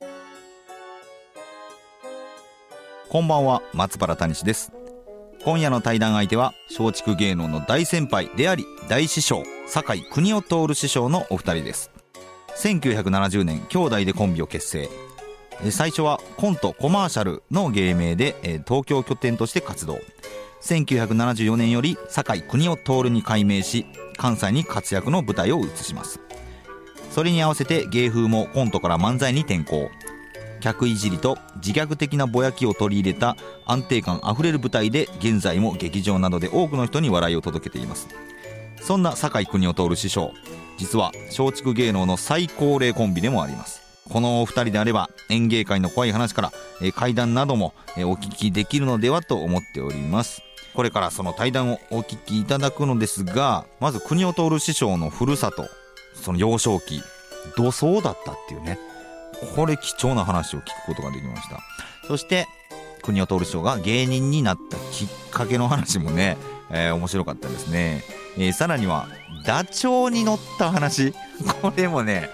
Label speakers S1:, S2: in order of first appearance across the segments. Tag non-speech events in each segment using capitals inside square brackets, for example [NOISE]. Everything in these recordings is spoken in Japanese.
S1: う
S2: こんばんは、松原谷志です。今夜の対談相手は、松竹芸能の大先輩であり、大師匠、酒井国夫徹師匠のお二人です。1970年、兄弟でコンビを結成。え最初はコントコマーシャルの芸名で、えー東京拠点として活動。1974年より、酒井国夫徹に改名し、関西に活躍の舞台を移します。それに合わせて芸風もコントから漫才に転向。客いじりと自虐的なぼやきを取り入れた安定感あふれる舞台で現在も劇場などで多くの人に笑いを届けていますそんな酒井邦夫徹師匠実は松竹芸能の最高齢コンビでもありますこのお二人であれば演芸界の怖い話からえー怪談などもえーお聞きできるのではと思っておりますこれからその対談をお聞きいただくのですがまず国夫徹師匠のふるさとその幼少期土葬だったっていうねこれ貴重な話を聞くことができましたそして国を通る賞が芸人になったきっかけの話もね、えー面白かったですね、えーさらにはダチョウに乗った話 [LAUGHS] これもね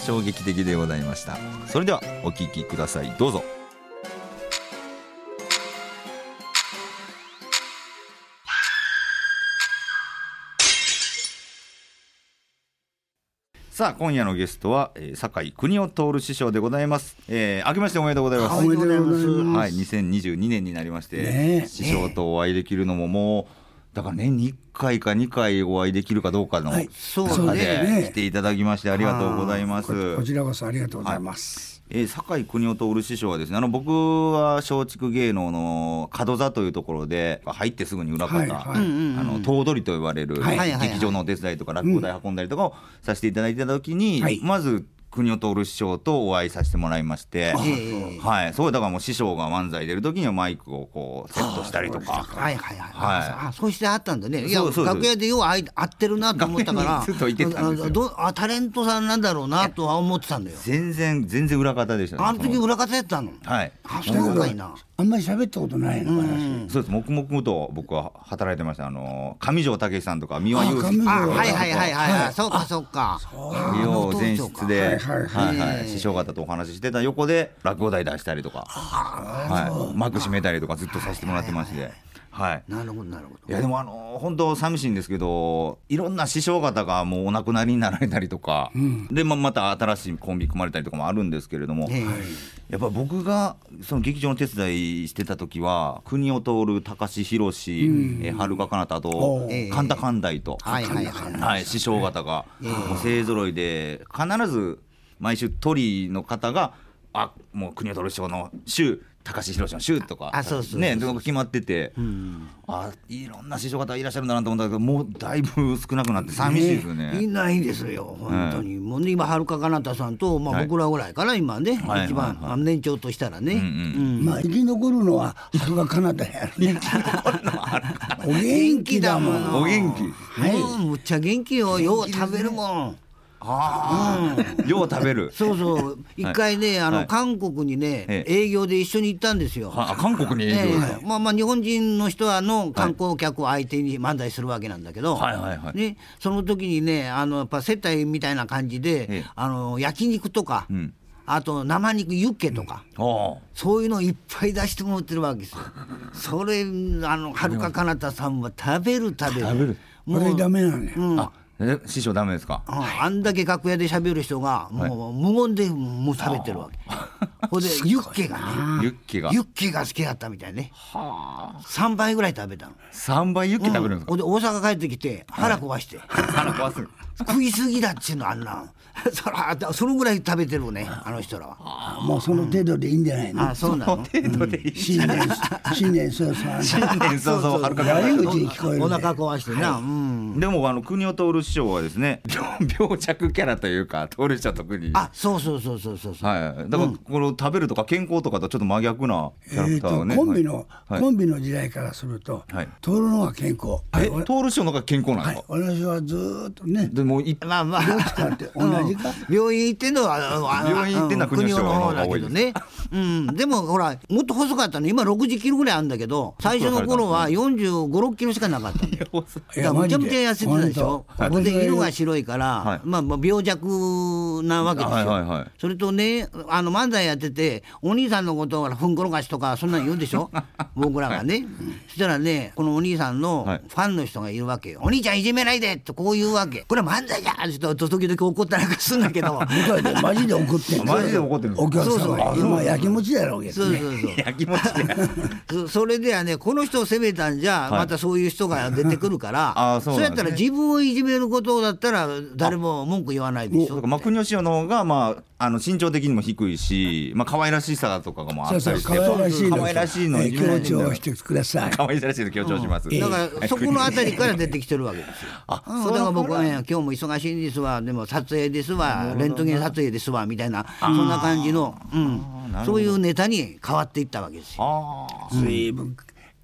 S2: 衝撃的でございましたそれではお聞きくださいどうぞさあ今夜のゲストは、えー、酒井国夫徹師匠でございます、えー、明けましておめでとうございます
S3: おめでとうございま
S2: は
S3: す。
S2: い、2022年になりまして、
S3: ねえ
S2: 師匠とお会いできるのももう、だからね、1回か2回お会いできるかどうかの
S3: はい
S2: 中
S3: そうですね
S2: で来ていただきまして、ありがとうございます。
S3: ここちらこそありがとうございます。
S2: えー、酒井邦夫徹師匠はですねあの僕は松竹芸能の門座というところで入ってすぐに裏方、
S3: はいはい
S2: あ
S3: うん
S2: の頭取と呼ばれる
S3: はい
S4: はいはい
S2: 劇場のお手伝いとか落語台運んだりとかをさせていただいてた時に、
S3: はい
S2: まず邦夫徹師匠とお会いさせてもらいまして。
S4: ええ
S2: はい、そうだからもう師匠が漫才出る時にはマイクをこうセットしたりとか。
S4: はいはいはい、
S2: はい
S4: あそうしてあったんだねいや
S2: そうそうです
S4: 楽屋でよう会い会ってるなと思ったから
S2: 楽屋にずっといてたんですよ
S4: ああどあタレントさんなんだろうなとは思ってたんだよ
S2: 全然全然裏方でしたね。
S4: あの時
S2: そ
S4: 裏方やってたの、
S2: はい。
S4: あそうかいな
S3: あんまり喋ったことないの私。
S2: そうです。黙々と僕は働いてました。あの上条武さんとか三輪優
S3: あ上
S2: 介
S3: 条
S4: あ
S2: さんとか。
S4: はいはいはいはい、はい、そうかそうかあの
S2: よう前室で、
S3: そう
S2: はい
S3: か
S2: はい
S4: へえ
S2: 師匠方とお話ししてた横で落語台出したりとか、はい、幕閉めたりとかずっとさせてもらってまして、はい。
S4: なるほどなる
S2: い
S4: ほど
S2: やでもあの本当寂しいんですけどいろんな師匠方がもうお亡くなりになられたりとか、で、まあ、また新しいコンビ組まれたりとかもあるんですけれども、
S4: ええ
S2: やっぱ僕がその劇場の手伝いしてた時は国を通る高志宏志、えー、はるかかなたあと
S3: お
S4: う
S2: 神田寛大と、
S4: はいはいはい
S2: はい、師匠方がもう勢ぞろいで必ず毎週鳥の方が「あもう国を取る師匠の週高志宏の週」とか
S4: あそうそうそう
S2: ねなんか決まってて、あいろんな師匠方いらっしゃるんだなと思ったけどもうだいぶ少なくなって寂しいですよね。
S4: いないですよ本当に、もうね今はるかかなたさんと、ま
S2: は
S4: あ、
S2: い
S4: 僕らぐらいから今ね、
S2: はい
S4: 一
S2: はいはい
S4: 番年長としたらね、
S3: まあ生き残るのは春が彼方やね。 [LAUGHS] お元気だもん。
S2: お元気
S3: い
S4: うんむっちゃ元気よよう食べるもん
S2: ああ、よう食べる。
S4: そうそう一回ね、あの、
S2: はい
S4: 韓国にね、
S2: ええ
S4: 営業で一緒に行ったんですよ。
S2: あ韓国に営
S4: え
S2: 業
S4: えまあまあ日本人の人はの観光客を相手に漫才するわけなんだけど、
S2: はいはいはい
S4: ね、その時にねあのやっぱ接待みたいな感じで、
S2: ええ
S4: あの焼肉とか、
S2: ん
S4: あと生肉ユッケとか、
S2: ああ。
S4: そういうのいっぱい出してもらってるわけですよ。それあのはるかかなたさんは食べる食べる
S2: 食べる
S3: こ
S4: も
S3: れ
S4: う
S3: ダメなのよ。
S2: あえ師匠ダメですか
S4: ああんだけ楽屋で喋る人がもう無言でもう食べてるわけ。ほんでユッケがね
S2: ユッケが
S4: ユッケが好きだったみたいね。3杯ぐらい食べたの。
S2: 3倍ユッケ食べるんですか、
S4: ほんで大阪帰ってきて腹壊して、
S2: 腹壊す
S4: 食い過ぎだっちゅうのあんなん。 [LAUGHS] そらだそのぐらい食べてるねあの人らは。
S3: もうその程度でいいんじゃないの
S4: あ。そうなの。
S2: 程度でいい
S3: 新年 [LAUGHS] 新年そう [LAUGHS] そう。
S2: 新年早々はるかか
S3: 悪口に聞こえる
S4: お
S3: ね。
S4: 腹壊してな。うん。
S2: でもあの国を通る師匠はですね病病弱キャラというか通る師匠は特に
S4: あそうそうそうそうそうそう。
S2: はいだからこの食べるとか健康とかとちょっと真逆なキャラク
S3: えー
S2: ター
S3: と
S2: がね、
S3: コンビの、
S2: はい
S3: コンビの時代からすると、
S2: はい
S3: 徹の方が健康。
S2: はい、え
S3: 俺
S2: トール師匠の方が健康なんです
S3: はい
S2: か、、
S3: 私はずーっとね、
S2: でもい
S4: まあまあ
S3: だって同じか。
S4: 病院行ってんのはあのあの
S2: 病院行ってんのは国吉の方が多い
S4: 国吉の方だけどね、うん、でもほらもっと細かったの今60キロぐらいあるんだけど最初の頃は45、6キロしかなかったん
S2: [LAUGHS]
S4: だよ。だからむちゃむちゃ痩せてたでしょ
S3: マジ
S4: ほん
S3: で
S4: で色が白いから、
S2: はい
S4: まあ、まあ病弱なわけですよ、
S2: はいはいはい
S4: それとねあの漫才やっててお兄さんのことをふんころがしとかそんなん言うでし
S2: [LAUGHS]
S4: ょ僕らがね、そしたらねこのお兄さんのフ
S2: はい
S4: ァンの人がいるわけよ「お兄ちゃんいじめないで!」ってこう言うわけこれは漫才じゃんって言うと時々怒ったりなんかするんだけ
S2: [LAUGHS]
S4: ど
S3: 向こうでマジで怒ってんの
S2: マジで怒ってるんです
S3: お客様
S4: そう
S3: が
S4: そう
S3: 今やきもちやろうけ
S4: そ
S3: ど
S4: うそう
S3: ね
S4: そう
S2: や気持ちで
S4: そそれではねこの人を責めたんじゃ、
S2: い
S4: またそういう人が出てくるか
S2: あ
S4: ら
S2: ーそうな
S4: や
S2: んですね
S4: ったら自分をいじめることだったら誰も文句言わないでし
S2: そ
S4: ょ
S2: うかまあ国吉の方がまああの身長的にも低いしまあ可愛らしさとかもあ
S3: そう
S2: った
S3: そう
S2: りして
S3: 可愛らしいの
S2: 可愛らしいの
S3: え
S2: 自分
S3: ー
S2: で
S3: 強調をしてください
S2: 可愛らしいの強調します、
S4: だからそこのあたりから出てきてるわけですよ。うん、だから僕は、ね、今日も忙しいんですわでも撮影ですわレントゲン撮影ですわみたいなそんな感じの、うん、そういうネタに変わっていったわけですよ。
S2: ああ
S3: 随分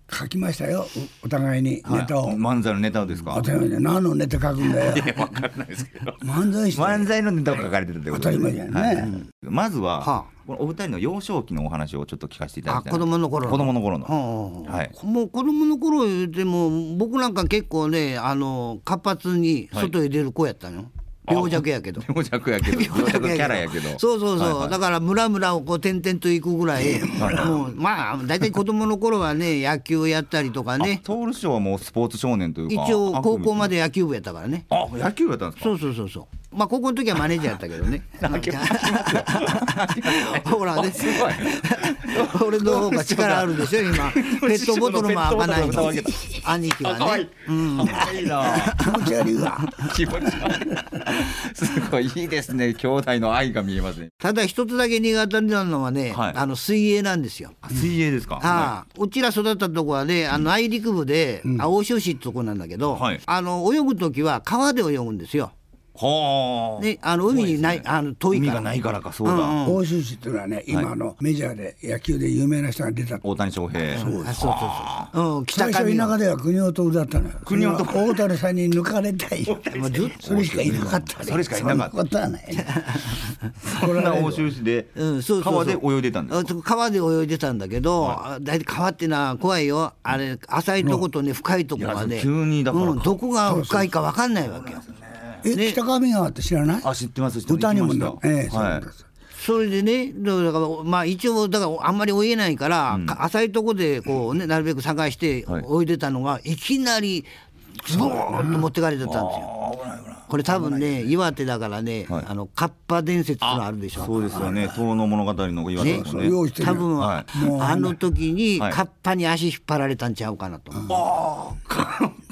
S3: 書きましたよおお互いにネタを、
S2: 漫才のネタをですか
S3: お互いに何のネタ書くんだよ
S2: わかんないですけど
S3: 漫才師
S2: 漫才のネタを書かれてるってことです
S3: 当たり前だよね
S2: はいまずは、
S4: はあ
S2: このお二人の幼少期のお話をちょっと聞かせていただ
S4: あ
S2: きたいな
S4: 子供の頃
S2: 子供の頃の、
S4: うんうんうん
S2: はい
S4: もう子供の頃言うても僕なんか結構ねあの活発に外へ出る子やったのよ、病弱やけど。
S2: 病 [LAUGHS] 弱やけど病弱キャラやけど
S4: [LAUGHS] そうそうそう、
S2: はいはい
S4: だから村々をこう転々と行くぐらいもうまあ大体子供の頃はね野球やったりとかね
S2: あトール賞はもうスポーツ少年という
S4: 一
S2: か
S4: 応高校ま
S2: で
S4: で野球部やったからね
S2: あ野球やったんですか
S4: そうそうそうそうまあ高校の時はマネージャーやったけどね [LAUGHS] ほらね
S2: すごい
S4: 俺の方が力あるでしょ
S2: [LAUGHS]
S4: 今ペットボトルも開かないの [LAUGHS] 兄貴
S2: かわ
S4: はい
S2: い
S4: ね
S2: 可愛いな
S3: 気持ち悪いわ
S2: [LAUGHS] 気持ち悪いすごいいいですね兄弟の愛が見えますね
S4: ただ一つだけ苦手なのはね、
S2: はい
S4: あの水泳なんですよ
S2: あ水泳ですか
S4: ああ、うちら育ったとこはね、あの内陸部で、あ欧州市ってとこなんだけど、
S2: はい
S4: あの泳ぐ時は川で泳ぐんですよ。
S2: はあ
S4: ね、あの海にない、あの遠いから。
S2: 海がないからかそうだ、
S4: うん
S3: 欧州市っていうのはね今あのメジャーで野球で有名な人が出た
S2: 大谷翔平
S4: あそうそうそう。うん、北
S3: 最初
S4: 上
S3: 田舎
S4: の。
S3: では国男だったのよ
S2: 国男
S3: 大谷さんに抜かれたいよ
S4: まあずっと
S3: それしかいなかったね
S2: それしかいなかった
S3: そんことはない
S2: そんな欧州市で
S4: うん、そうそうそう
S2: 川で泳いでたんです
S4: あ
S2: か
S4: そう川で泳いでたんだけど、あ大体川ってのは怖いよあれ浅いとことね、深いとこが
S2: い
S4: ね
S2: や急にだから
S4: うん、どこが深いか分かんないわけよ
S3: え北上川って知らない
S2: あ知ってます知ってます
S3: 歌に
S2: 行
S3: も
S2: きま
S3: な
S2: した
S3: ええそうな
S2: は
S3: ん
S2: い
S3: です
S4: それでねだからまあ一応だからあんまり泳げないから、か浅いとこでこうねなるべく探して
S2: はい
S4: 泳いでたのが、い、きなりズボーンと持ってかれてたんですよ。これ多分ね岩手だからね、
S2: はい
S4: あのカッパ伝説ってのあるでしょ。
S2: そうですよね遠の物語の岩田
S4: ね
S2: さん
S3: そ
S2: も
S3: う用
S2: ね
S3: 意してる
S4: 多分、
S2: は
S4: あの時にカ
S2: はい
S4: ッパに足引っ張られたんちゃうかなと、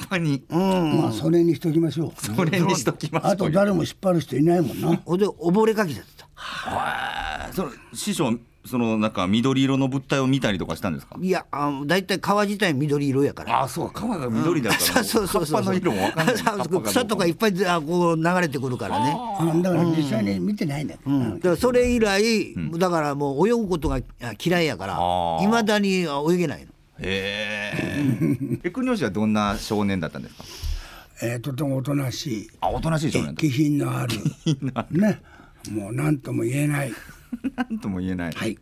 S2: パに
S3: まあそれにしときましょう
S2: それにしときます
S3: あと誰も引っ張る人いないもんな
S4: ほんで溺れかけちゃった
S2: はいその師匠そのなんか緑色の物体を見たりとかしたんですか
S4: いやあの大体川自体緑色やから
S2: あそう川が緑だから
S4: そう [LAUGHS] そうそう [LAUGHS] そ
S2: 葉
S4: う
S2: っぱの色もわかんない葉っぱが
S4: 草とかいっぱいあこう流れてくるからね
S3: あだから実際に見てないんだけど
S4: だからそれ以来、だからもう泳ぐことがあ嫌いやから
S2: あー
S4: いまだに泳げないの
S2: へえ
S4: [LAUGHS]
S2: え国吉はどんな少年だったんですか
S3: えーとてもおとなしい
S2: あおとなしい少年だ
S3: 気品のあるねもう何とも言えない
S2: なんとも言えない
S3: はい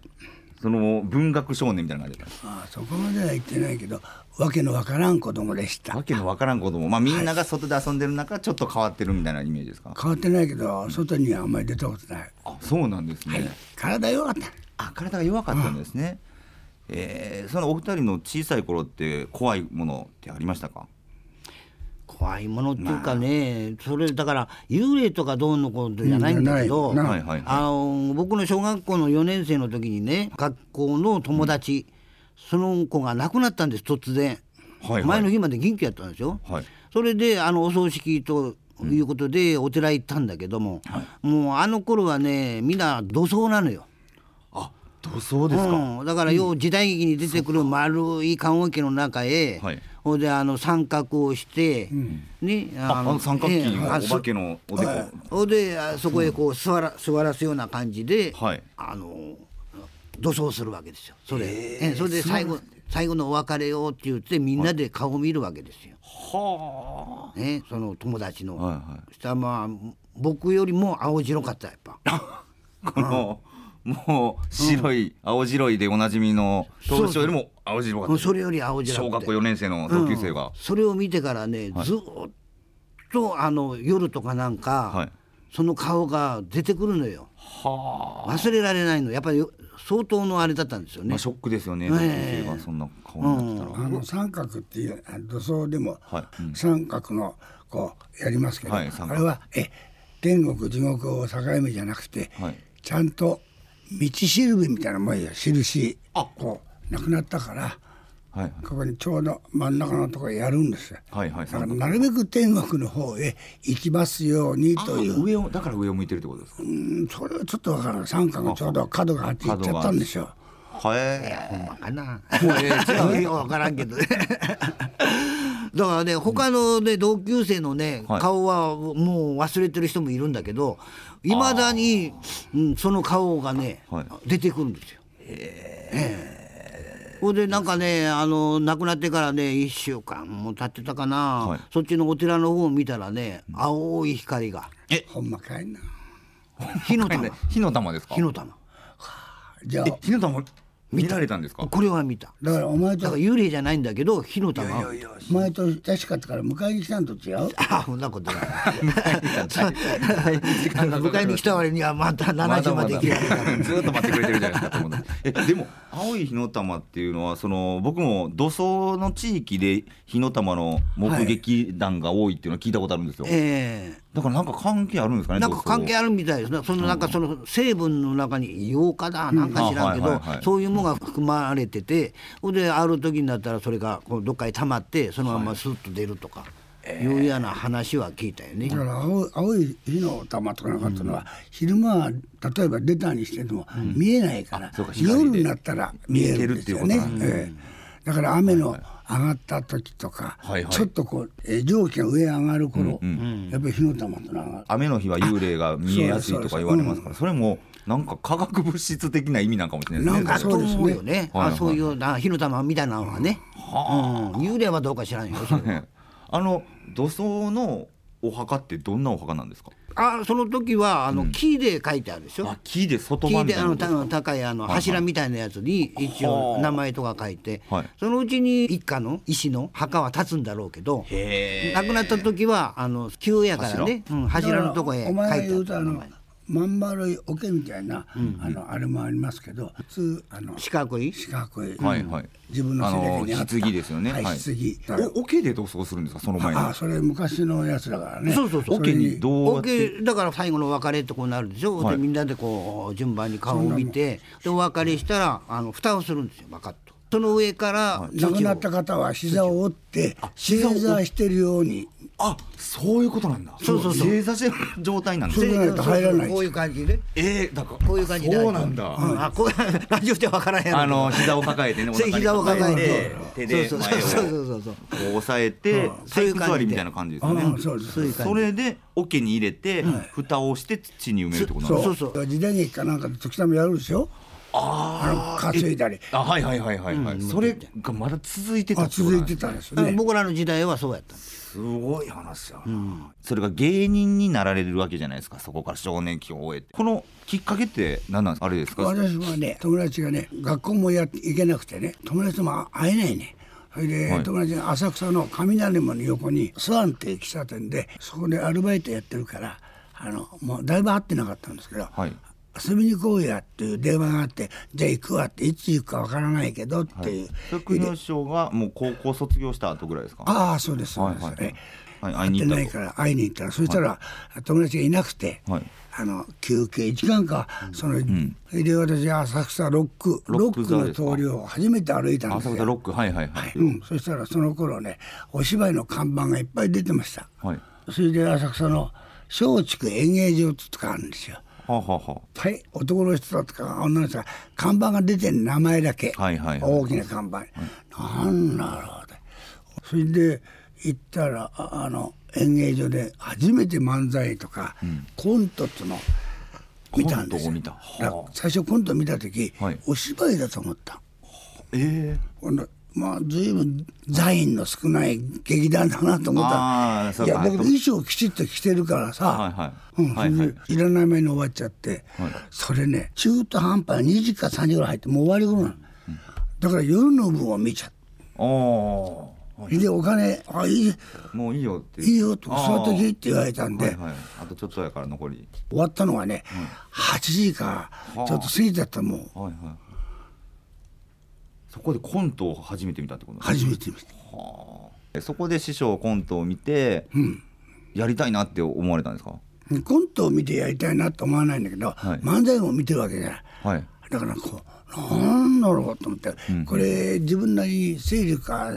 S2: その文学少年みたいな感じだっ
S3: あそこまでは言ってないけどわけのわからん子供でしたた
S2: わけのわからん子供まあみんなが外で遊んでる中ちょっと変わってるみたいなイメージですか
S3: 変わってないけど外にはあんまり出たことない
S2: あそうなんですね、
S3: 体良かった
S2: あ体が弱かったんですね、えーそのお二人の小さい頃って怖いものってありましたか
S4: 怖いものっていうかね、それだから幽霊とかどうのこうのじゃないんだけど、
S3: うんない
S2: ないはいはい
S4: あの僕の小学校の4年生の時にね学校の友達、その子が亡くなったんです突然、
S2: はいはい
S4: 前の日まで元気やったんですよ、
S2: はい
S4: それであのお葬式ということでお寺行ったんだけども、もうあの頃はねみんな土葬なのよ。
S2: あ土葬です
S4: うん、だからよう時代劇に出てくる丸い棺桶の中へ、
S2: はい
S4: ほんであの三角をして、ね
S2: ああの三角
S4: え
S2: 形
S4: え
S2: が
S4: あ
S2: お
S4: そ
S2: 化けのおでこ
S4: ほんであそこへこう座ら座らすような感じで、
S2: はい
S4: あの土葬するわけですよそれ,、ええそれで最後最後のお別れをって言ってみんなで顔を見るわけですよ。はね、その友達の、
S2: はいは
S4: そしたらまあ僕よりも青白かったやっぱ。
S2: この、もう白い、青白いでおなじみの東部長よりも青白か
S4: も
S2: っ
S4: う
S2: た
S4: それより青白くて
S2: 小学校4年生の同級生が、
S4: うんそれを見てからねずーっとあの夜とかなんか、
S2: はい
S4: その顔が出てくるのよ忘れられないのやっぱり相当のあれだったんですよ
S2: ま
S4: ね
S2: あ、ショックですよね、同級生がそんな顔になってたら、
S3: あの三角っていうあ土葬でも
S2: はい
S3: 三角のこうやりますけど、
S2: はい三角
S3: あれはえ天国地獄を境目じゃなくて、
S2: はい
S3: ちゃんと道しるべみたいなもんや印
S2: あ
S3: こうなくなったから
S2: はいはい
S3: ここにちょうど真ん中のところやるんですよ。
S2: はいはい
S3: だからなるべく天国の方へ行きますようにという
S2: 上をだから上を向いてるってことですか
S3: うんそれはちょっとわからない三角のちょうど角があって行っちゃったんですよ。
S2: はえ
S4: ほんまかな。違うよ分からんけ [LAUGHS] どね。だからね他のね同級生のね、
S2: はい
S4: 顔はもう忘れてる人もいるんだけどいまだに、うん、その顔がね、
S2: はい
S4: 出てくるんですよ。ええほんでなんかねあの亡くなってからね1週間も経ってたかな、
S2: はい
S4: そっちのお寺の方を見たらね青い光が
S3: ほんまかいな。
S4: 火の玉
S2: ー、火の玉ですか
S4: 火の玉
S3: じゃあ
S2: え火の玉見られたんですか
S4: これは見た
S3: だからお前
S4: だか
S3: と
S4: ら幽霊じゃないんだけど火の玉を見た
S3: お前と親しかったから迎えに来たんと違う
S4: あそんなこと
S2: [LAUGHS]
S4: ない。迎えに来た割にはまた
S2: ま
S4: 7時
S2: だ
S4: ま
S2: ま
S4: で
S2: だ
S4: 来ら
S2: [LAUGHS]
S4: れた。
S2: ずっと待ってくれてるじゃないですか友達えでも青い火の玉っていうのはその僕も土葬の地域で火の玉の目撃談が多いっていうのを聞いたことあるんですよ、
S4: え
S2: だからなんか関係あるんですかね
S4: えなんか関係
S2: あ
S4: あるみたいですね。そのなんかその成分の中に硫黄かだなんか知らんけ
S2: うんあ
S4: ど
S2: はいはいはい
S4: そういうものが含まれてて、ほんである時になったらそれがこうどっかに溜まってそのままスッと出るとかいうような話は聞いたよね
S3: だ。から青い青い火の玉とかなかったのは、昼間は例えば出たにしてても見えないから、
S2: そうか光で
S3: 夜になったら見えるんですよね。
S2: 見えてるっていうことなん
S3: ええだから雨の上がった時とか、
S2: はいはい
S3: ちょっとこう、えー蒸気が上へ上がる頃、やっぱり火の玉との上がる。
S2: 雨の日は幽霊が見えやすいとか言われますからそれもなんか化学物質的な意味なんかもしれないですね
S3: なんか
S4: だと
S3: そうですね
S4: 思うよね。
S2: はい
S4: あ
S2: はい
S4: そういうな火の玉みたいなのはね。うん幽霊はどうか知らんよ。それ
S2: [LAUGHS]
S4: は
S2: ねあの土葬のお墓ってどんなお墓なんですか
S4: あその時はあの木で書いてあるでしょ。
S2: あ木で外
S4: 聞
S2: 板
S4: い
S2: み
S4: て
S2: たい
S4: あ
S2: なこ
S4: の
S2: と
S4: た
S2: ですか
S4: 高いあの
S2: はい
S4: 柱みたいなやつに一応名前とか書いて、
S2: はい
S4: そのうちに一家の石の墓は建つんだろうけど
S2: へ
S4: 亡くなった時はあの急やからねうん柱,、のとこへ書
S3: お
S4: いて
S3: 前が言
S4: あっ
S3: うと
S4: た
S3: あ
S4: 名
S3: の
S4: 前
S3: まん丸い桶みたいな、あのあれもありますけど普通あの
S4: 四角い
S3: 四角い、
S2: はいはい
S3: 自分の背中にあ
S2: あ
S3: っ
S2: の
S3: た
S2: 棺ですよね
S3: はい、
S2: はい
S3: 棺、
S2: お桶で土葬するんですかその前に
S3: ああそれ昔のやつだからね
S4: そうそうそう
S2: 桶に
S3: ど
S2: どうやって
S4: だから最後のお別れってこうなるでしょ、
S2: はい
S4: でみんなでこう順番に顔を見てでお別れしたらあの蓋をするんですよバカッとその上から土を
S3: 亡くなった方は膝を折って
S2: 膝
S3: 正
S2: を折っ
S3: 座してるように
S2: あそういうことなんだ
S4: そうそうそう
S2: 正座してる状態なんで
S3: そ
S2: す
S3: うないと入らない
S4: こういう感じで
S2: えー、だから
S4: こういう感じで
S2: そうなんだ、
S4: あこう [LAUGHS] ラジオじゃわからんやろ
S2: あの膝を抱えてねお
S4: そ
S2: 腹
S4: う
S2: に
S4: 膝を抱えて
S2: 手で
S4: そう
S2: 前
S4: そう
S2: を
S4: そうそうそうそう
S2: こう押さえて
S4: そう
S2: 体
S4: いう
S2: 育
S4: 感じで
S2: 座りみたいな感じですよね
S3: ああそうです
S4: そういう感じ
S2: それで桶に入れて、蓋をして土に埋めるってことなん
S3: そ
S2: で
S3: う
S2: すか
S4: そ
S3: そうう
S4: そ
S3: 時代劇かなんかで時たまやるでしょあの担いだり
S2: あはいはいはいはいはい、それがまだ続いてた
S3: あ
S2: ってこと
S3: 続
S2: ないんです
S3: てたんです
S4: だから
S3: ね
S4: 僕らの時代はそうやったんです
S2: すごい話やな、それが芸人になられるわけじゃないですかそこから少年期を終えてこのきっかけって何なんですかあれですか
S3: 私はね友達がね学校もやって行けなくてね友達とも会えないねそれで、
S2: はい
S3: 友達が浅草の雷門の横にスワンっていう喫茶店でそこでアルバイトやってるからあのもうだいぶ会ってなかったんですけど、
S2: はい
S3: 遊びに行こうやっていう電話があってじゃあ行くわっていつ行くかわからないけどっていう、
S2: 職業賞がもう高校卒業した後ぐらいですか
S3: ああそうですそうです、
S2: はいはい
S3: え
S2: はい会い
S3: 会
S2: に
S3: っ
S2: 行ったと
S3: てないから会いに行ったらそしたら、友達がいなくて、
S2: はい
S3: あの休憩時間かその、それで私は浅草ロック
S2: ロ
S3: ロ
S2: ッ
S3: ッ
S2: ク
S3: ク
S2: 座
S3: の
S2: ですか
S3: 通りを初めて歩いたんです
S2: 浅
S3: よ
S2: 草ロックはいはいはい、
S3: うん、そしたらその頃ねお芝居の看板がいっぱい出てました、
S2: はい、は
S3: それで浅草の松竹演芸場ってとこあるんですよ
S2: あ、はあはあ
S3: いっぱい男の人だとか女の人が看板が出てる名前だけ、
S2: はいはいはい
S3: 大きな看板、なんだろうってそれで行ったらああの演芸場で初めて漫才とか、コントっていうの見たんですよ
S2: コントを見たはあ
S3: 最初コント見た時、
S2: はい
S3: お芝居だと思った
S2: ええ
S3: ほんでまあ随分座員の少ない劇団だなと思った
S2: あーそう
S3: い
S2: か
S3: やだけど衣装きちっと着てるからさ、
S2: はいはい
S3: うん
S2: はいはい
S3: それでいらない目に終わっちゃって、それね中途半端に2時か3時ぐらい入ってもう終わり頃なの、だから夜の分を見ちゃって
S2: ああも
S3: でお金あいいう
S2: いいよって
S3: いいよと
S2: ああ
S3: 座っときって言われたんで、
S2: はいはいあとちょっとやから残り
S3: 終わったのがね、8時かちょっと過ぎちゃったもう
S2: はいはいそこでコントを初めて見たってこと
S3: 初めて見た
S2: えそこで師匠コントを見て、やりたいなって思われたんですか
S3: コントを見てやりたいなと思わないんだけど、
S2: はい
S3: 漫才も見てるわけじゃない
S2: はい
S3: だからこうなんだろうと思って、これ自分なりに整理か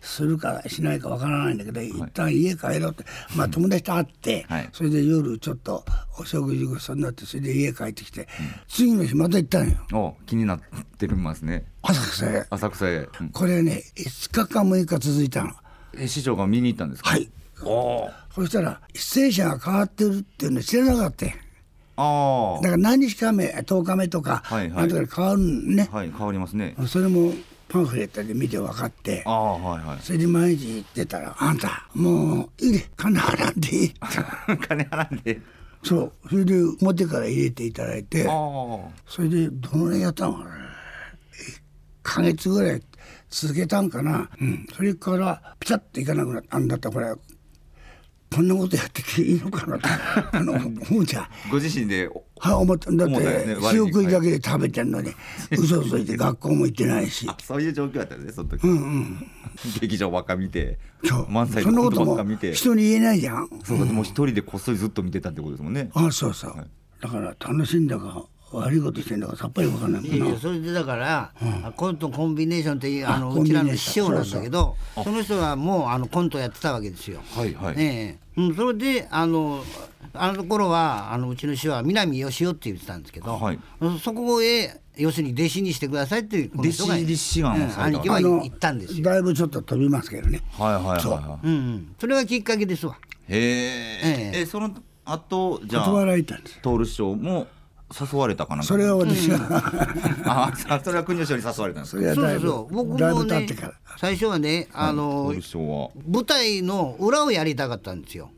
S3: するかしないかわからないんだけど、一旦家帰ろうって、まあ、友達と会って、
S2: はい
S3: それで夜ちょっとお食事ごちそうになってそれで家帰ってきて、次の日また行ったんよ
S2: お気になってますね
S3: 浅草へ
S2: 浅草へ、うん
S3: これね5日か6日続いたの
S2: え師匠が見に行ったんですか
S3: はい
S2: おー
S3: そしたら出演者が変わってるっていうの知らなかったよ
S2: あ
S3: だから何日か目10日目とか、
S2: はいは
S3: ないんとかで変わるのね
S2: あ、はい変わりますね
S3: それもパンフレットで見て分かって
S2: ああはいは
S3: それで毎日行ってたら「あんたもういいで金払っていい」
S2: い [LAUGHS] 金払って
S3: そうそれで表から入れていただいて
S2: ああ
S3: それでどのぐらいやったのかな1ヶ月ぐらい続けたんかな、うん、それからピタッといかなくなったあんだったらこれこんなことやってていいのかなと
S2: [LAUGHS]
S3: あの思うじゃん。
S2: ご自身でお
S3: はい、思ったんだっ
S2: 思ったよね
S3: て、
S2: 割に
S3: 仕送りだけで食べてんのに、嘘ついて学校も行ってないし
S2: [LAUGHS] あ。そういう状況だったんですねその時、 [LAUGHS] 劇場ばっか見て
S3: そう
S2: 漫才
S3: そんな
S2: の
S3: こ
S2: こと
S3: と
S2: ばっか見
S3: も
S2: て
S3: 人に言えないじゃん。
S2: そうだもう一人でこっそりずっと見てたってことですもんね
S3: あ、そうそう
S2: はい。
S3: だから楽しいんだか悪いことしてんだかさっぱりわかんないも
S4: い
S3: ん
S4: やい
S3: な
S4: や。それでだから、コントコンビネーションっていうあの
S3: あ
S4: うちら
S3: コンビネ
S4: の
S3: ー
S4: 師
S3: ション
S4: 匠なんだけどその人はもうあのコントやってたわけですよ。
S2: はいはい
S4: ええうん、それであのあの頃はあのうちの師匠は南よしおって言ってたんですけど、
S2: はい
S4: そこへ要するに弟子にしてくださいってこの人
S2: 弟
S4: が
S2: 子入り志願をされた
S4: うん兄貴は
S3: あの
S4: 行ったんですよ。
S3: だいぶちょっと飛びますけどね。
S2: はいはいはい
S3: そう
S2: はい
S4: うんうん、それがきっかけですわ。
S2: へえ
S4: え
S2: えその後じゃあ
S3: 断られたんです。
S2: 徹師匠も誘われたかなんか
S3: それは私が、
S2: ああそれは国吉師匠に誘われたんです
S3: [LAUGHS] そ
S2: か
S3: れは
S4: そう
S3: だ
S4: そ
S3: いう
S4: そう僕
S3: ぶ、だい
S4: も
S3: ぶ経
S4: ね
S3: ってから。
S4: 最初はねあの、
S2: 徹師匠は
S4: 舞台の裏をやりたかったんですよ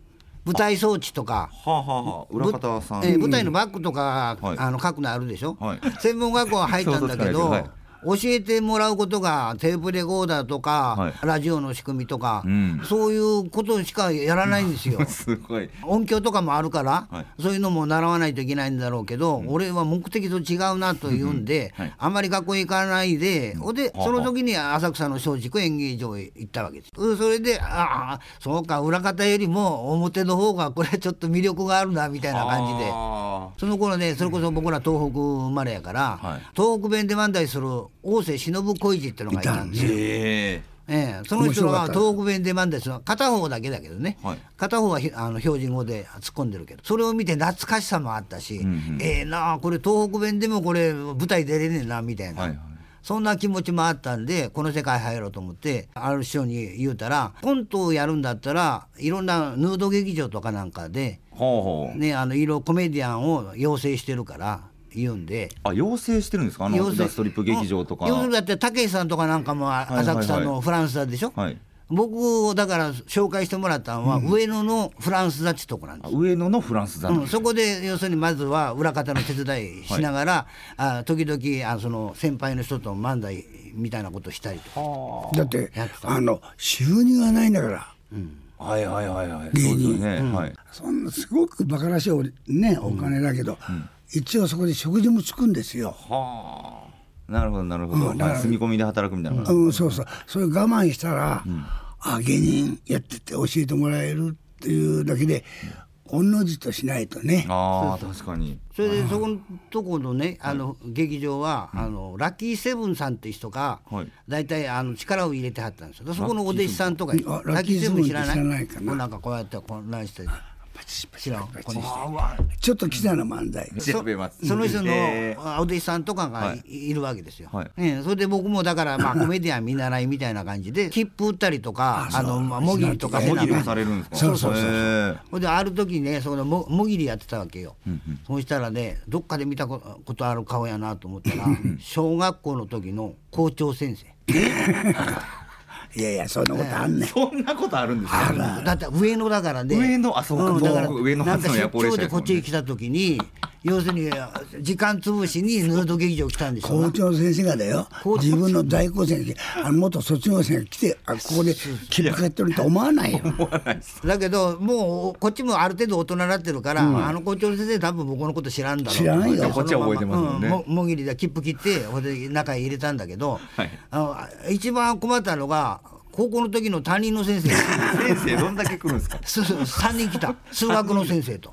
S4: 舞台装置と
S2: は
S4: か。
S2: あはあはあ裏方さん、
S4: えー舞台のバッグとか、
S2: はい
S4: あの書くのあるでしょ、
S2: はい
S4: 専門学校は入ったんだけど
S2: 想像つかないけ
S4: 教えてもらうことがテープレコーダーとか、
S2: はい
S4: ラジオの仕組みとか、
S2: ん。
S4: そういうことしかやらないんです
S2: [LAUGHS]
S4: よ
S2: すごい
S4: 音響とかもあるから、
S2: はい
S4: そういうのも習わないといけないんだろうけど、俺は目的と違うなというんで、
S2: うんはい
S4: あんまり学校へ行かないで、ほん
S2: は
S4: で
S2: あ
S4: その時に浅草の松竹演芸場へ行ったわけですうんそれでああそうか裏方よりも表の方がこれちょっと魅力があるなみたいな感じで
S2: あ
S4: その頃ねそれこそ僕ら東北生まれやから、
S2: はい
S4: 東北弁で漫才する大瀬忍小一ってのがいたんです
S2: ー
S4: よ。
S2: へえ
S4: ええ、その人
S3: 面白かっ
S4: は
S3: た
S4: 東北弁で漫才するの片方だけだけどね、
S2: はい
S4: 片方はひあの標準語で突っ込んでるけどそれを見て懐かしさもあったし、ええなあこれ東北弁でもこれ舞台出れねえなみたいな。
S2: はいはい
S4: そんな気持ちもあったんでこの世界入ろうと思ってある人に言うたらコントをやるんだったらいろんなヌード劇場とかなんかで
S2: ほうほう、
S4: ね、あの色コメディアンを養成してるから言うんで。
S2: あ養成してるんですかあの
S4: 養成
S2: ザストリップ劇場とか
S4: 要するにだって武井さんとかなんかも
S2: いはいはい
S4: 浅草のフランス座でしょ、
S2: はい
S4: 僕をだから紹介してもらったのは上野のフランス座ってとこなんで
S2: あ
S4: す、
S2: 上野のフランス座、
S4: うん、そこで要するにまずは裏方の手伝いしながら、あ時々あその先輩の人と漫才みたいなことしたりとか
S3: だって
S4: やって、た
S3: あの、収入がないんだから。
S2: はいはいはいはいそうですよね、はい
S3: そんなすごく馬鹿らしいお,、ね、お金だけど、一応そこで食事もつくんですよ。
S2: はあなるほどなるほど、
S3: うんだ
S2: まあ、
S3: から
S2: 住み込みで働くみたいな、
S3: うん、そうそうそれ我慢したら、あ芸人やってて教えてもらえるっていうだけでおのじとしないとね
S2: ああ確かに
S4: それでそこのとこのねあの劇場は、あのラッキーセブンさんって人が
S2: はい
S4: 大体あの力を入れてはったんですよでそこのお弟子さんとか
S3: ーセブン
S4: ラッキーセブン知らない
S3: あラッキーセブンって知らないかな
S4: もうなんかこうやって混乱して知らんこの人
S3: ちょっと奇な漫才
S2: 調べます
S4: その人の
S2: えー
S4: あお弟子さんとか
S2: は
S4: が
S2: い
S4: いいるわけですよ。
S2: はい
S4: ね、それで僕もだからまあコメディアン見習いみたいな感じで切符売ったりとかあのまあもぎりとか
S2: あ
S3: え
S4: せ
S2: も
S4: なあ
S2: ぎり
S4: か
S2: も
S4: ん
S2: されるんですか
S3: そうそうそうそう
S2: へ
S4: ほんである時ねそのももぎりやってたわけよ、そうしたらねどっかで見たこことある顔やなと思ったら小学校の時の校長先生
S3: いやいやそんなことあん
S2: え
S3: ねん
S2: そんなことあるんですか
S4: だって上野だからね
S2: 上野あそうか
S4: んだから
S2: 東北上野
S4: なん
S2: 発
S4: か
S2: の
S4: 出
S2: 夜行列車
S4: 張
S2: で
S4: ですこ
S2: もん
S4: っ
S2: ね
S4: ちに来た時に要するに時間潰しにヌード劇場来たんでしょう
S3: 校
S4: な
S3: 長先生がだよ自分の在校生があの元卒業生が来てあここで切りかけてると思わないよ
S4: だけどもうこっちもある程度大人になってるから、あの校長先生多分僕のこと知らんだろう
S3: 知らんよ
S4: そのまま
S2: こっちは覚えてますもんね
S4: うももぎりで切符切ってほんで中へ入れたんだけど、
S2: はい
S4: あの一番困ったのが高校の時の担任の先生 [LAUGHS]
S2: 先生どんだけ来るんですか
S4: そうそう3人来た数学の先
S3: [LAUGHS]
S4: 生と。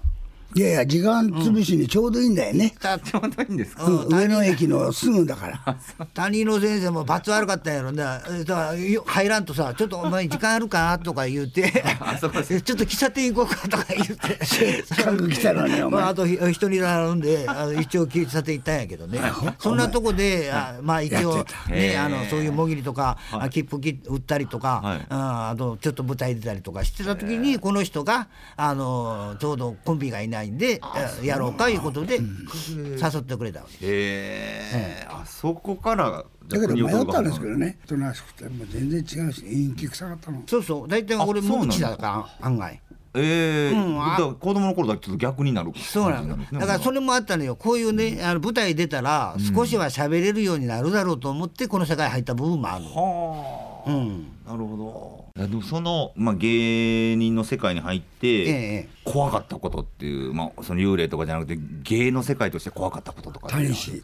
S3: いやいや時間潰しにちょうどいいんだよね、
S4: た
S2: ちょうどいいんですか [LAUGHS]
S3: うん上野駅のす [LAUGHS] ぐだから
S4: 担任の先生も罰悪かったんやろなだからよ入らんとさ「ちょっとお前時間あるか?」とか言うて「ち
S2: そ
S4: ょ
S2: う
S4: っ
S2: か
S4: と喫茶店行こうか」とか言うて
S3: 近く来たのねお
S4: まあ、
S3: 前
S4: あとひ人に並んであの一応喫茶店行ったんやけどねそんなとこで、あまあ一
S3: や
S4: 応
S3: って
S2: へ
S4: ね
S2: ー
S4: あのそういうもぎりとか、あ切符切売ったりとか、
S2: はい
S4: ああとちょっと舞台出たりとかしてた時にこの人があのちょうどコンビがいないんでやろうかいうことで誘ってくれたわけ。
S2: へえあそこから
S3: だけど迷ったんですけ
S2: ど
S3: どね人なしくてもう全然違うし陰気臭かったの
S4: そうそう大体俺
S2: あそうな
S4: 無
S2: んだ
S4: 口だから案外
S2: ええ
S4: うんあ
S2: 子供の頃だけちょっと逆になる
S4: そうな
S2: 感じ
S4: の
S2: ですね
S4: だからそれもあったのよこういうねあの舞台出たら少しは喋れるようになるだろうと思ってこの世界入った部分もあるの
S2: はあ
S4: うん
S2: なるほど。でもその、まあ、芸人の世界に入って、
S4: ええ
S2: 怖かったことっていう、まあ、その幽霊とかじゃなくて芸の世界として怖かったこととかっていうの
S3: 谷
S2: は
S3: 氏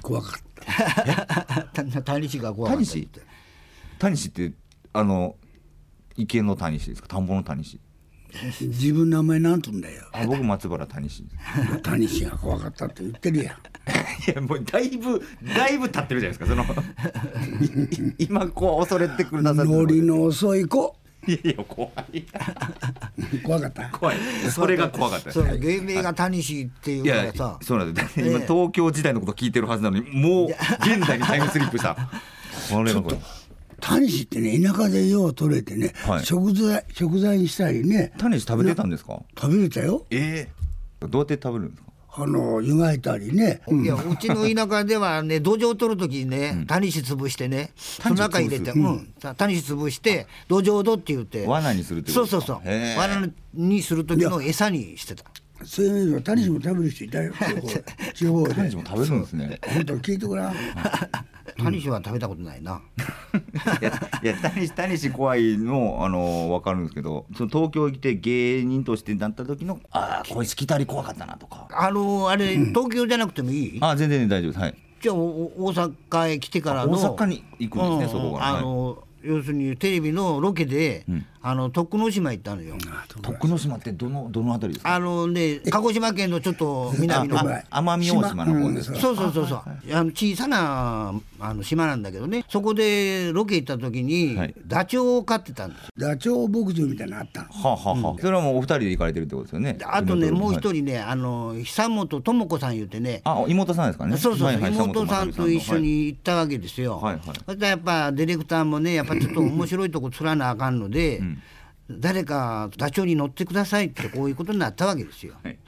S3: 怖かった
S4: [LAUGHS] 谷氏が怖かったって
S2: 谷氏ってあの池の谷氏ですか田んぼの谷氏
S3: 自分の名前なんとんだよ
S2: あ僕松原谷氏で
S3: 谷氏が怖かったって言ってるやん
S2: す [LAUGHS] いやもうだいぶだいぶ経ってるじゃないですかそ [LAUGHS] のい今こう恐れてくるなさってる
S3: ノリの遅い子
S2: いやいや怖い
S3: 怖かった
S2: 怖いそれが怖かったです
S4: そう芸名が谷氏っていう
S2: い
S4: か
S2: や
S4: らさ
S2: そうなんです、今
S4: ええ
S2: 東京時代のこと聞いてるはずなのにもう現代にタイムスリップした
S4: [LAUGHS]
S2: これがこれ
S3: 谷氏ってね田舎でよう取れてね、
S2: はい
S3: 食材食材にしたりね
S2: タニシ食べてたんですか
S3: 食べれたよ
S2: ええどうやって食べるんですか
S3: あの湯がいたりね、うん
S4: いやうちの田舎ではね土壌を取る時にね谷氏潰してねその中入れて
S2: 谷
S4: うんた谷氏潰して土壌土って言って
S2: 罠にするってこと
S4: そう
S2: です
S4: そ
S2: か
S4: うそう
S2: へえ
S4: 罠にする時の餌にしてた
S3: そういう意味では谷氏も食べる人いたよ地方地
S2: タ
S3: 方
S2: ニ
S3: で
S2: シも食べるんですね
S3: 本当聞いてごらん
S4: 谷氏は食べたことないな。
S2: いやいやタニシタニシ怖いのあのわかるんですけどその東京来て芸人としてなった時のああこいつ来たり怖かったなとか
S4: あのあれ、東京じゃなくてもいい
S2: あ全然大丈夫ですはい
S4: じゃあおお大阪へ来てからの
S2: あ大阪に行くんですねそこからはい
S4: あの、要するにテレビのロケで、あの徳之島行ったのよ
S2: 徳之島ってどのどの辺りですか
S4: あのね鹿児島県のちょっと南の
S3: あ
S2: あ
S3: ごめん
S2: 奄美大島の方ですか
S4: そうそうそうそうあの小さなあの島なんだけどねそこでロケ行った時に、
S2: はい
S4: ダチョウを飼ってたんですよ
S3: ダチョウ牧場みたいなのあったの
S2: はあ、はあはあそれはもうお二人で行かれてるってことですよね
S4: であとねもう一
S2: はい
S4: 人ね、あの久本智子さん言ってね
S2: あ妹さんですかね
S4: そうそうそう、
S2: はいはい
S4: 妹さんと一緒に行ったわけですよ。
S2: はいはい
S4: そしたらやっぱディレクターもねやっぱちょっと面白いとこ釣らなあかんので、誰かダチョウに乗ってくださいってこういうことになったわけですよ。
S2: はい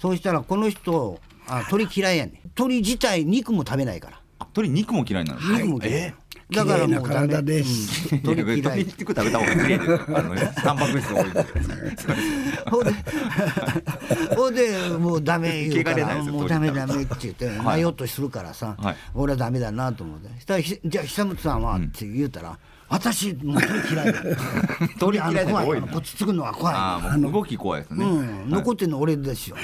S4: そうしたらこの人あ鳥嫌いやねん鳥自体肉も食べないから
S2: あ鳥肉も嫌いなんです
S4: 肉も嫌い、
S2: え
S4: だからも
S3: 綺麗な
S4: う
S3: 体
S4: ダメ
S3: です
S4: うん鳥
S2: いや
S4: 嫌
S2: [LAUGHS] 鶏
S4: い
S2: 肉食べた方が綺麗ですあのタンパク質が多い
S4: [LAUGHS]
S2: です
S4: ほんでほんでもうダメ言うか
S2: 汚れないで
S4: ら
S2: すよ
S4: もうダメダメって言って
S2: い
S4: 迷おうとするからさ、
S2: はい
S4: 俺はダメだなと思ってそしたらひじゃあ久本さんはって言うたら、私もう鳥嫌いだ
S2: [LAUGHS] 鳥嫌いな人多
S4: あの怖
S2: い
S4: い
S2: な
S4: こっちつくのは怖い
S2: ああもう動き怖いですね、
S4: うん、残ってんの俺ですよ、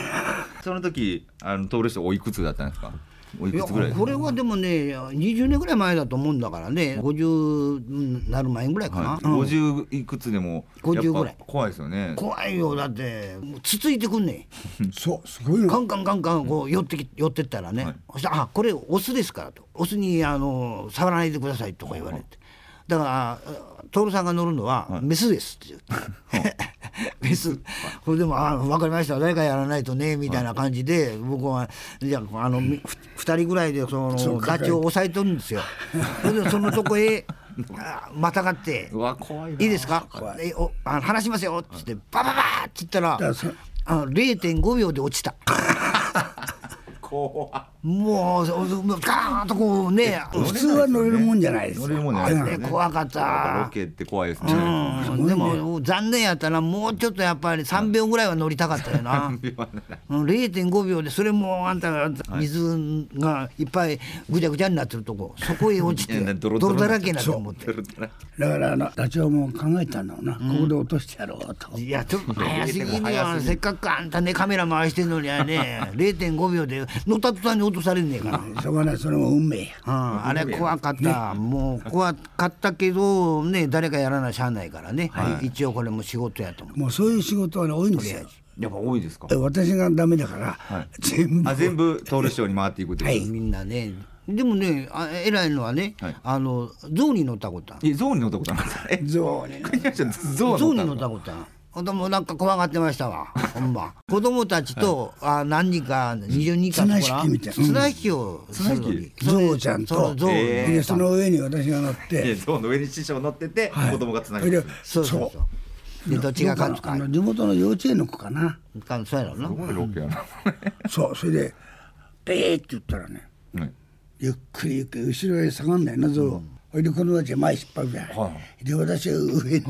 S2: その時あの通る人おいくつだったんですかおい
S4: い
S2: く
S4: や
S2: つぐらいですか
S4: これはでもね20年ぐらい前だと思うんだからね50になる前ぐらいかな、
S2: はい、
S4: うん
S2: 50いくつでもや
S4: 50
S2: っ
S4: ぐら
S2: ぱ
S4: い
S2: 怖いですよね
S4: 怖いよだってもうつついてくんね
S3: そうすごい
S4: んカ
S3: の
S4: ンカンカンカンこう寄ってき寄ってったらね、そしたら「あこれオスですから」と「オスにあの触らないでください」 [LAUGHS] とか言われてだからあ徹さんが乗るのは「メスです」って言って。別これでも「あ分かりました誰かやらないとね」みたいな感じで僕はじゃああのみふ二人ぐらいでそ
S3: そう
S4: の
S3: か
S4: ダチョウを抑えとるんですよ。それでそのとこ [LAUGHS] へあまたがって
S2: うわ怖いない
S4: いですかえおあの話しますよ」っつって「バババーって言ったら
S3: からそ
S4: あの0.5秒で落ちた。
S2: 怖い
S4: もうそうそうもうガーンとこうね
S3: 普通は乗れるもんじゃないです
S2: 乗れるもんじゃないです
S4: え怖かった
S2: ロケって [LAUGHS] 怖いですね、
S4: うんでも残念やったなもうちょっとやっぱり3秒ぐらいは乗りたかったよ
S2: [LAUGHS]
S4: なうん0.5秒でそれもあんたが水がいっぱいぐちゃぐちゃになってるとこそこへ落ちて
S2: いや
S4: 泥だらけになと思って
S2: 泥だらけ
S3: だからあのダチョウも考えたんだろうな、ここで落としてやろうと
S4: いやちょっと早すぎる
S2: 早すぎ
S4: よ
S2: る
S4: せっかくあんたねカメラ回してんのにはね0.5秒で乗った途端に落とされんねえかな。
S3: しょうがないそれも運命や
S4: うん、あれ怖かった、もう怖かったけどね誰かやらなしゃあないからね、一応これも仕事やと思う
S3: もうそういう仕事はね多いんですよ
S2: やっぱ多いですか
S3: え私がダメだから、全部
S2: あ全部トール師匠に回っていくってことです
S4: みんなねでもねあ偉いのはね、
S2: はい
S4: あの象に乗ったことある
S2: えゾウに乗ったことあるんですかえ
S3: 象に
S2: 国吉さんゾウ
S4: 象
S2: に
S4: に
S2: 乗
S4: 乗
S2: っ
S4: っ
S2: た
S4: たことあるほんともうなんか怖がってましたわほんま子供たちと、あ何人か20人か
S3: 綱引
S4: と
S3: き
S4: か
S3: みたいな
S4: 綱引きをするの
S3: 綱引
S4: に
S3: き象ちゃんと
S4: そう象に乗った
S2: え
S3: でその上に私が乗っ
S2: いや
S3: て
S2: ゾウの上に師匠乗ってて、子供がつな
S3: そ
S2: げ
S3: れ
S2: て
S3: で
S2: る
S4: そうそうそうでどっちが勝つか
S3: あの地元の幼稚園の子かな
S4: かそうやろな
S2: すごいロケやな、
S3: そうそれで「えー」って言ったらね
S2: はい
S3: ゆっくりゆっくり後ろへ下がんないな象ほいで子供たちは前引っ張るじゃない、
S2: は
S3: で私が上に乗って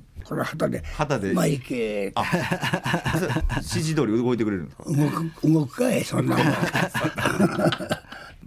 S3: [LAUGHS] これ旗で
S2: 旗で
S3: 前行け」って
S2: 指示通り動いてくれるんですか
S3: 動く動くかい [LAUGHS] そんなもん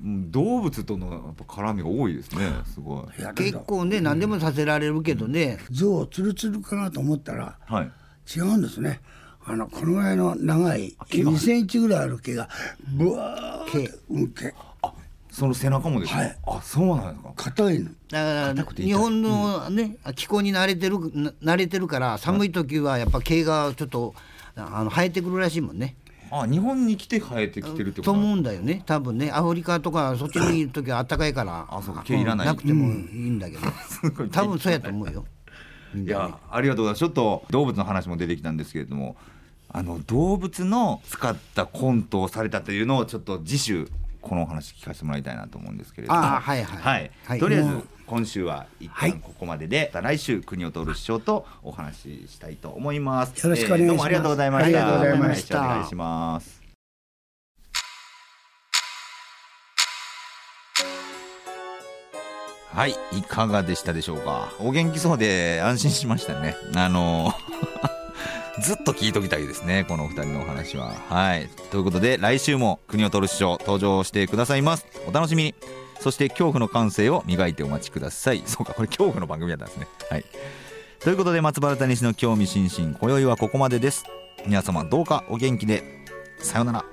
S2: うん動物とのやっぱ絡みが多いですねすごい
S3: いやだけ
S4: 結
S3: ど
S4: 構ね何でもさせられるけどね、
S3: 象ツルツルかなと思ったら
S2: はい
S3: 違うんですねあのこのぐらいの長い2センチぐらいある毛がブワーってうん毛
S2: あその背中もですね、
S3: はい
S2: あそうなんですか
S3: 硬いの
S4: だから
S2: くて痛い
S4: 日本のね、気候に慣れてるな慣れてるから寒い時はやっぱ毛がちょっとあの生えてくるらしいもんね。
S2: あ日本に来て生えてきてるってこととなん
S4: 思うんだよね多分ねアフリカとかそっちにいる時は暖かいから
S2: あそうか毛いらない
S4: うんくてもいいん
S2: [LAUGHS]
S4: だけど、
S2: ごい
S4: 多分そうやと思うよ。
S2: いやありがとうございますちょっと動物の話も出てきたんですけれどもあの動物の使ったコントをされたというのをちょっと次週このお話聞かせてもらいたいなと思うんですけれども
S4: あーはいはいはい
S2: とりあえず
S4: も
S2: 今週は一旦ここまでで、また来週国を通る師匠とお話ししたいと思います
S3: よろしくお願いします
S2: どうもありがとうございました
S4: ありがとうございま
S2: 来
S4: し
S2: 週
S4: た
S2: お願いしますはい、いかがでしたでしょうか。お元気そうで安心しましたね。あの [LAUGHS] ずっと聞いときたいですね、このお二人のお話は。はい。ということで、来週も国を取る師匠登場してくださいます。お楽しみに。そして、恐怖の感性を磨いてお待ちください。そうか、これ恐怖の番組だったんですね。はい。ということで、松原谷氏の興味津々、今宵はここまでです。皆様、どうかお元気で。さようなら。